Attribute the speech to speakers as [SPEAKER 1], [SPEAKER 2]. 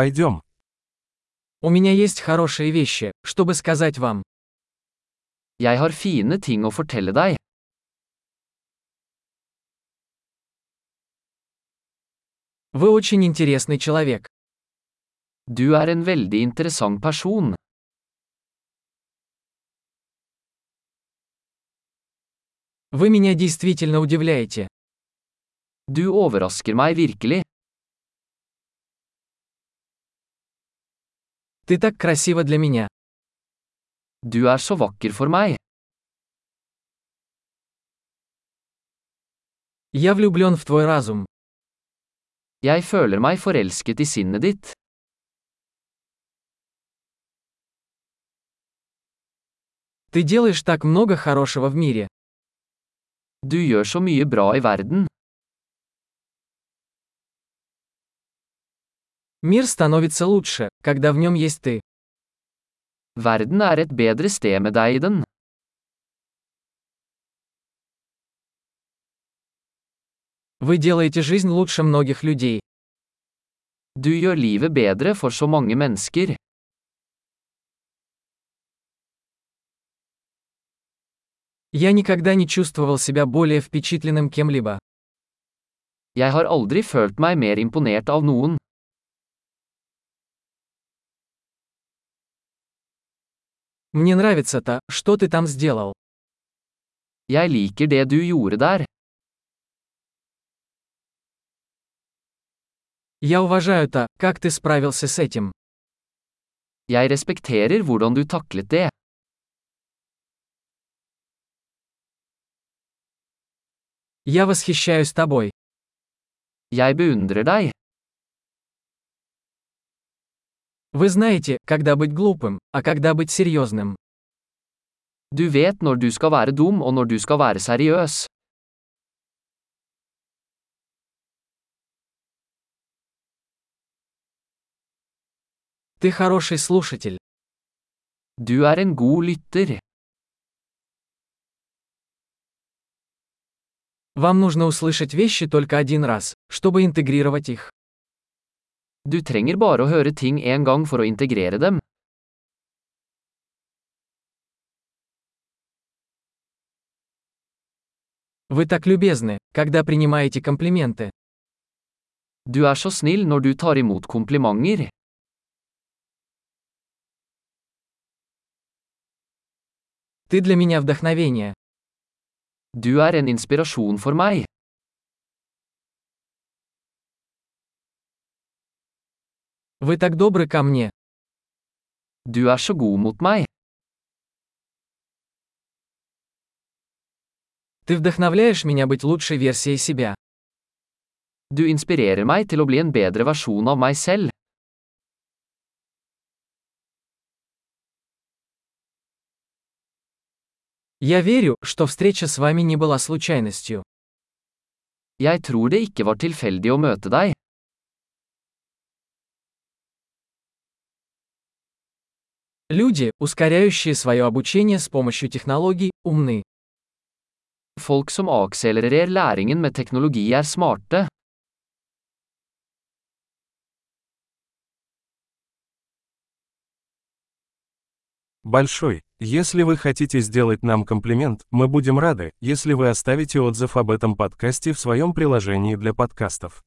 [SPEAKER 1] Пойдем.
[SPEAKER 2] У меня есть хорошие вещи, чтобы сказать вам.
[SPEAKER 3] Jeg har fine ting å fortelle deg.
[SPEAKER 2] Вы очень интересный человек.
[SPEAKER 3] Du er en veldig interessant person.
[SPEAKER 2] Вы меня действительно удивляете.
[SPEAKER 3] Du overrasker meg virkelig.
[SPEAKER 2] Ты так красива для меня.
[SPEAKER 3] Du er så vakker for meg.
[SPEAKER 2] Я влюблен в твой разум.
[SPEAKER 3] Jeg føler meg forelsket i sinnet ditt.
[SPEAKER 2] Ты делаешь так много хорошего в мире.
[SPEAKER 3] Du gjør så mye bra i verden.
[SPEAKER 2] Мир становится лучше, когда в нем есть ты.
[SPEAKER 3] Verden er et bedre sted med deg i den.
[SPEAKER 2] Вы делаете жизнь лучше многих людей.
[SPEAKER 3] Du gjør livet bedre for så mange mennesker.
[SPEAKER 2] Я никогда не чувствовал себя более впечатленным кем-либо.
[SPEAKER 3] Jeg har aldri følt meg mer imponert av noen.
[SPEAKER 2] Мне нравится то, что ты там сделал.
[SPEAKER 3] Jeg liker det du gjorde der.
[SPEAKER 2] Я уважаю то, как ты справился с этим.
[SPEAKER 3] Jeg respekterer hvordan du taklet det.
[SPEAKER 2] Я восхищаюсь тобой.
[SPEAKER 3] Jeg beundrer deg.
[SPEAKER 2] Вы знаете, когда быть глупым, а когда быть серьезным.
[SPEAKER 3] Du vet når du skal være dum og når du skal være seriøs.
[SPEAKER 2] Ты хороший слушатель.
[SPEAKER 3] Du er en god lytter.
[SPEAKER 2] Вам нужно услышать вещи только один раз, чтобы интегрировать их.
[SPEAKER 3] Du trenger bare å høre ting en gang for å integrere dem.
[SPEAKER 2] Вы так любезны, когда принимаете комплименты.
[SPEAKER 3] Du er så snill når du tar imot komplimenter.
[SPEAKER 2] Ты для меня вдохновение.
[SPEAKER 3] Du er en inspirasjon for meg.
[SPEAKER 2] Вы так добры ко мне.
[SPEAKER 3] Du er så god mot meg.
[SPEAKER 2] Ты вдохновляешь меня быть лучшей версией себя.
[SPEAKER 3] Du inspirerer meg til å bli en bedre versjon av meg selv.
[SPEAKER 2] Я верю, что встреча с вами не была случайностью.
[SPEAKER 3] Jeg tror det ikke var tilfeldig å møte deg.
[SPEAKER 2] Люди, ускоряющие свое обучение с помощью технологий, умны.
[SPEAKER 3] Folk som akselererer læringen med teknologi er smarte.
[SPEAKER 1] Большой. Если вы хотите сделать нам комплимент, мы будем рады, если вы оставите отзыв об этом подкасте в своем приложении для подкастов.